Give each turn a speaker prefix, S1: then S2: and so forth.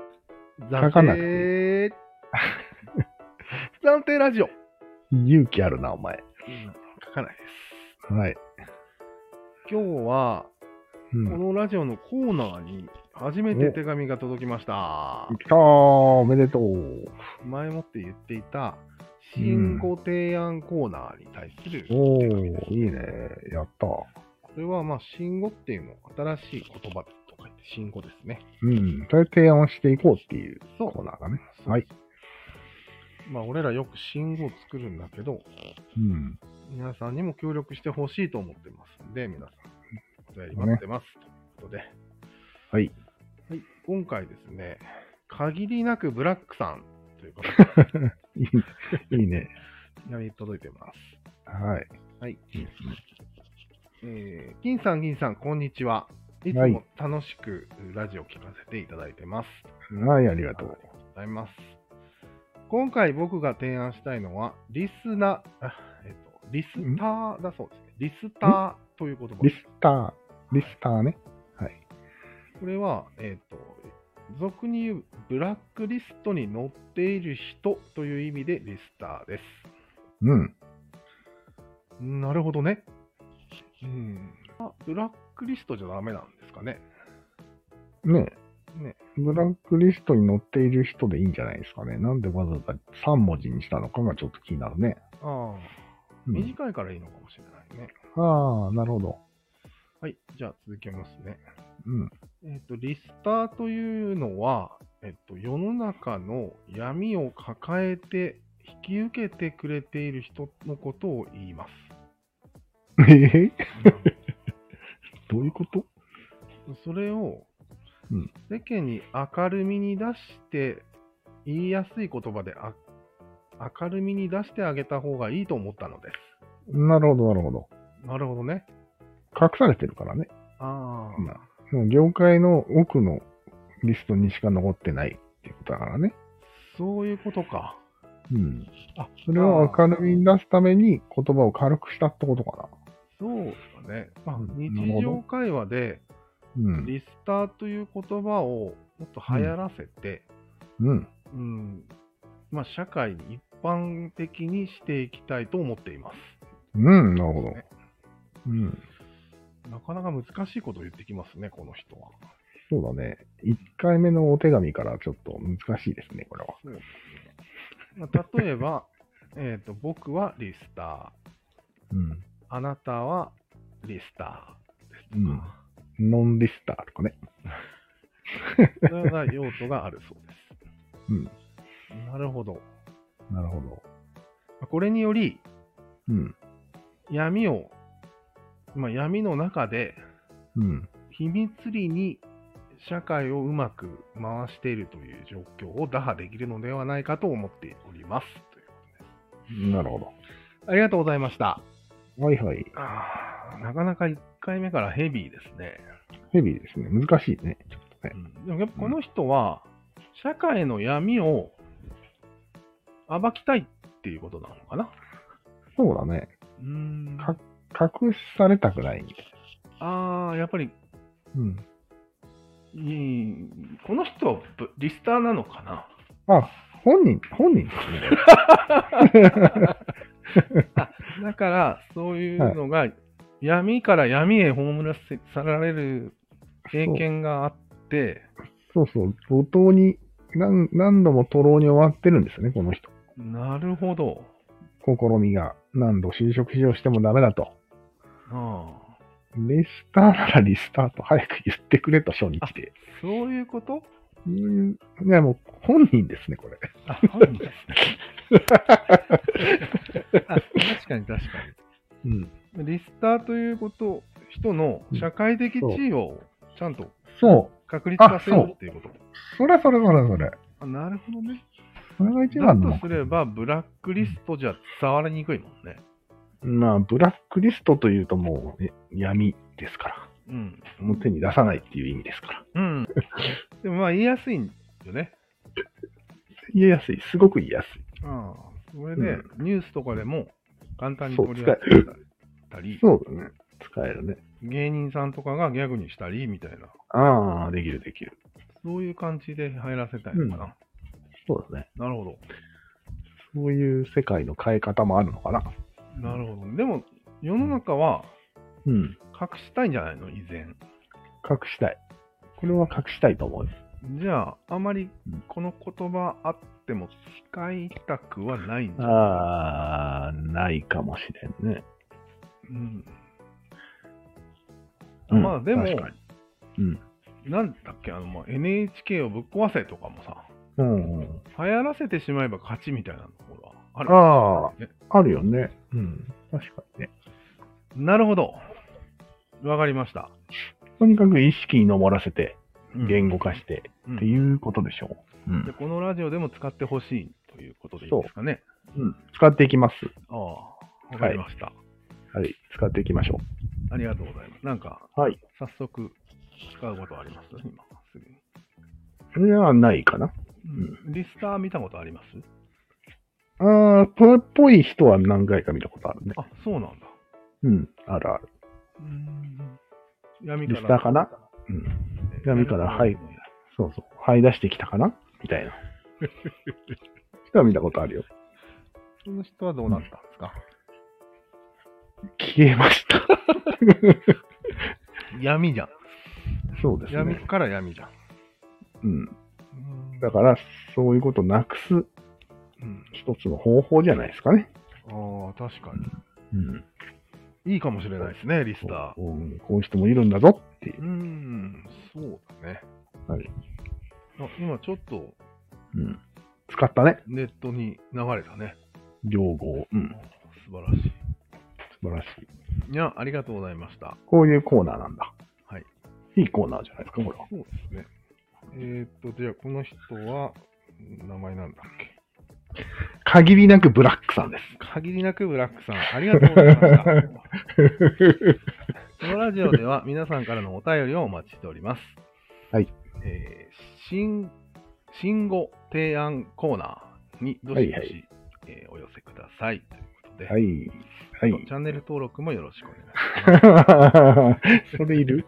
S1: か
S2: 暫
S1: かんなく
S2: 定、暫定ラジオ。
S1: 勇気あるな、お前。
S2: 書かないです。
S1: はい。
S2: 今日は、
S1: うん。
S2: このラジオのコーナーに初めて手紙が届きました。
S1: 来たー、おめでとう。
S2: 前もって言っていた、新ご提案コーナーに対する手
S1: お
S2: 紙です。
S1: ー、いいね。やった。
S2: これは、まあ、新語っていうの、新しい言葉とか言って、新語ですね。
S1: うん。それ提案をしていこうっていう
S2: そ
S1: コーナーがね。はい。
S2: まあ、俺らよく新語を作るんだけど、
S1: うん。
S2: 皆さんにも協力してほしいと思ってますんで、皆さん、お便り待ってます。ということで、
S1: はい。
S2: はい、今回ですね、限りなくブラックさんということ で、
S1: いいいいね。
S2: 手紙届いてます。
S1: はい。
S2: はい。
S1: うん
S2: えー、銀さん、銀さん、こんにちは。いつ
S1: は
S2: も
S1: い
S2: 楽しくラジオ聞かせていただいてます。
S1: はい、ありがとう。
S2: ございます。今回僕が提案したいのは、リスナー、あえっと、リスターだそうですね。リスターという言葉
S1: リ
S2: です
S1: ス。ター、リスターね。はい。
S2: これは、えっと、俗に言うブラックリストに載っている人という意味でリスターです。
S1: うん。
S2: なるほどね。うん。あブラックリストじゃダメなんですかね。
S1: ね
S2: ね
S1: ブラックリストに載っている人でいいんじゃないですかね。なんでわざわざ3文字にしたのかがちょっと気になるね。
S2: ああ、
S1: うん、
S2: 短いからいいのかもしれないね。
S1: ああ、なるほど。
S2: はい、じゃあ続けますね。
S1: うん。
S2: えっとリスターというのは、えっと、世の中の闇を抱えて引き受けてくれている人のことを言います。
S1: ええどういうこと
S2: それを
S1: うん
S2: 世間に明るみに出して言いやすい言葉であ明るみに出してあげた方がいいと思ったので
S1: なるほど、なるほど。
S2: す。なるほどね。
S1: 隠されてるからね。
S2: あ
S1: まあ、もう業界の奥のリストにしか残ってないっていうことだからね。
S2: そういうことか。
S1: うん。
S2: あ
S1: それを明るみに
S2: だ。
S1: 出すために言葉を軽くしたってことか
S2: そうだね。まあ、
S1: うん
S2: 日
S1: なるほど
S2: 常会話で、
S1: な。うん。
S2: リスターという言葉をもっと流行らせて、
S1: うん。
S2: うんまあ、社会に一般的にしていきたいと思っています。
S1: うん、なるほど。うん。
S2: なかなか難しいことを言ってきますね、この人は。
S1: そうだね。1回目のお手紙からちょっと難しいですね、これは。
S2: まあ、例え ばえーと、僕はリスタ
S1: うん。
S2: ー、あなたはリスターですと
S1: うん
S2: か、
S1: ノンリスターとかね。
S2: それが用途があるそうです。なるほど。
S1: なるほど。
S2: これにより、
S1: うん。
S2: 闇を、まあ、闇の中で、
S1: うん。
S2: 秘密裏に社会をうまく回しているという状況を打破できるのではないかと思っております。ということ
S1: なるほど。
S2: でありがとうございました。
S1: はいはい。
S2: あーなかなか1回目からヘビーですね。
S1: ヘビーですね。難しいね。ちょっとね。
S2: でもやっぱこの人は、社会の闇を暴きたいっていうことなのかな。
S1: そうだね。
S2: うーん
S1: か隠されたくない。
S2: ああ、やっぱり、
S1: うん。
S2: うんこの人はぶリスターなのかな。
S1: あ、本人、本人ですね。
S2: だから、そういうのが、闇から闇へ葬らせ去られる経験があって、
S1: そうそう、怒涛に何何度も徒労に終わってるんですよね、この人。
S2: なるほど。
S1: 試みが何度就職しようしてもダメだと。
S2: ああ
S1: リスターならリスターと早く言ってくれと、初日で。
S2: そういうこと
S1: そういういや、もう本人ですね、これ。
S2: あ、そうなん ですねあ確かに確か
S1: うん。
S2: に。リスターということ、人の社会的地位をちゃんと
S1: そう。
S2: 確立させようっていうこと。
S1: それそれそれそれ。
S2: あなるほどね。
S1: それが一
S2: だ
S1: 番の
S2: とす。れば、ブラックリストじゃ伝わりにくいもんね。
S1: まあ、ブラックリストというともう、ね、闇ですから。
S2: うん。
S1: 表に出さないっていう意味ですから。
S2: うん。でもまあ、言いやすいんよね。
S1: 言いやすい。すごく言いやす
S2: ああ、それで、ニュースとかでも簡単に
S1: そう
S2: 取り上げたり
S1: い。、そうだね。使えるね。
S2: 芸人さんとかがギャグにしたりみたいな、
S1: ああ、できるできる。
S2: どういう感じで入らせたいのかな。
S1: そうですね。
S2: なるほど。
S1: そういう世界の変え方もあるのかな。
S2: なるほど。でも、世の中は
S1: うん。
S2: 隠したいんじゃないの以前。
S1: 隠したい。これは隠したいと思う。
S2: じゃあ、あまり
S1: うん
S2: この言葉あっても使いたくはないんじゃない
S1: あー、ないかもしれんね。
S2: うん、
S1: うん
S2: まあでも
S1: 確かにうん。
S2: なんだっけ、あの、まあ、NHK をぶっ壊せとかもさ、
S1: うんうん、
S2: 流行らせてしまえば勝ちみたいなところはある。
S1: あ
S2: ね
S1: あ、あるよね。うん。確かにね。
S2: なるほど。わかりました。
S1: とにかく意識に上らせて、
S2: うん
S1: 言語化して、
S2: うん
S1: っていうことでしょう。う
S2: で
S1: ん。
S2: このラジオでも使ってほしいということでいいですかね。
S1: うん、使っていきます。
S2: ああ、わかりました、
S1: はい。使っていきましょ
S2: ありがとうございます。なんか、
S1: う。はい。
S2: 早速使うことあります今すぐに、
S1: それはないかな。
S2: リスター見たことあります
S1: あー、それっぽい人は何回か見たことあるね。
S2: あ、そうなんだ。
S1: うん。あるある。
S2: うーん闇
S1: リスターかなうん。闇からはいそうそう。這い出してきたかなみたいな。 人は見たことあるよ。
S2: その人はどうなったんですか、
S1: 消えました。
S2: 闇じゃん。
S1: そうです
S2: 闇
S1: ね。
S2: から闇じゃん。
S1: うん。
S2: うーん
S1: だから、そういうことなくす
S2: うん、
S1: 一つの方法じゃないですかね。
S2: ああ、確か
S1: うん。
S2: に。いいかもしれないですね、リスター。
S1: こうこういう人もいるんだぞってい
S2: う。
S1: う
S2: ーん、そうだね。
S1: はい
S2: あ今ちょっと
S1: うん。使ったね。
S2: ネットに流れたね。
S1: 両語を。うん。
S2: 素晴らし
S1: 素晴らしい。
S2: い。いや、ありがとうございました。
S1: こういうコーナーなんだ。
S2: はい。
S1: いいコーナーじゃないですか、これは。
S2: そうですね。えー、っと、じゃあ、この人は、名前なんだっけ。
S1: 限りなくブラックさんです。
S2: 限りなくブラックさん、ありがとうござい ました。このラジオでは皆さんからのお便りをお待ちしております。
S1: はい。
S2: えー、新、新語提案コーナーにどしどし、
S1: はいは
S2: えーお寄せください。ということで、
S1: はい。は
S2: あ とチャンネル登録もよろしくお願いします。
S1: い。それいる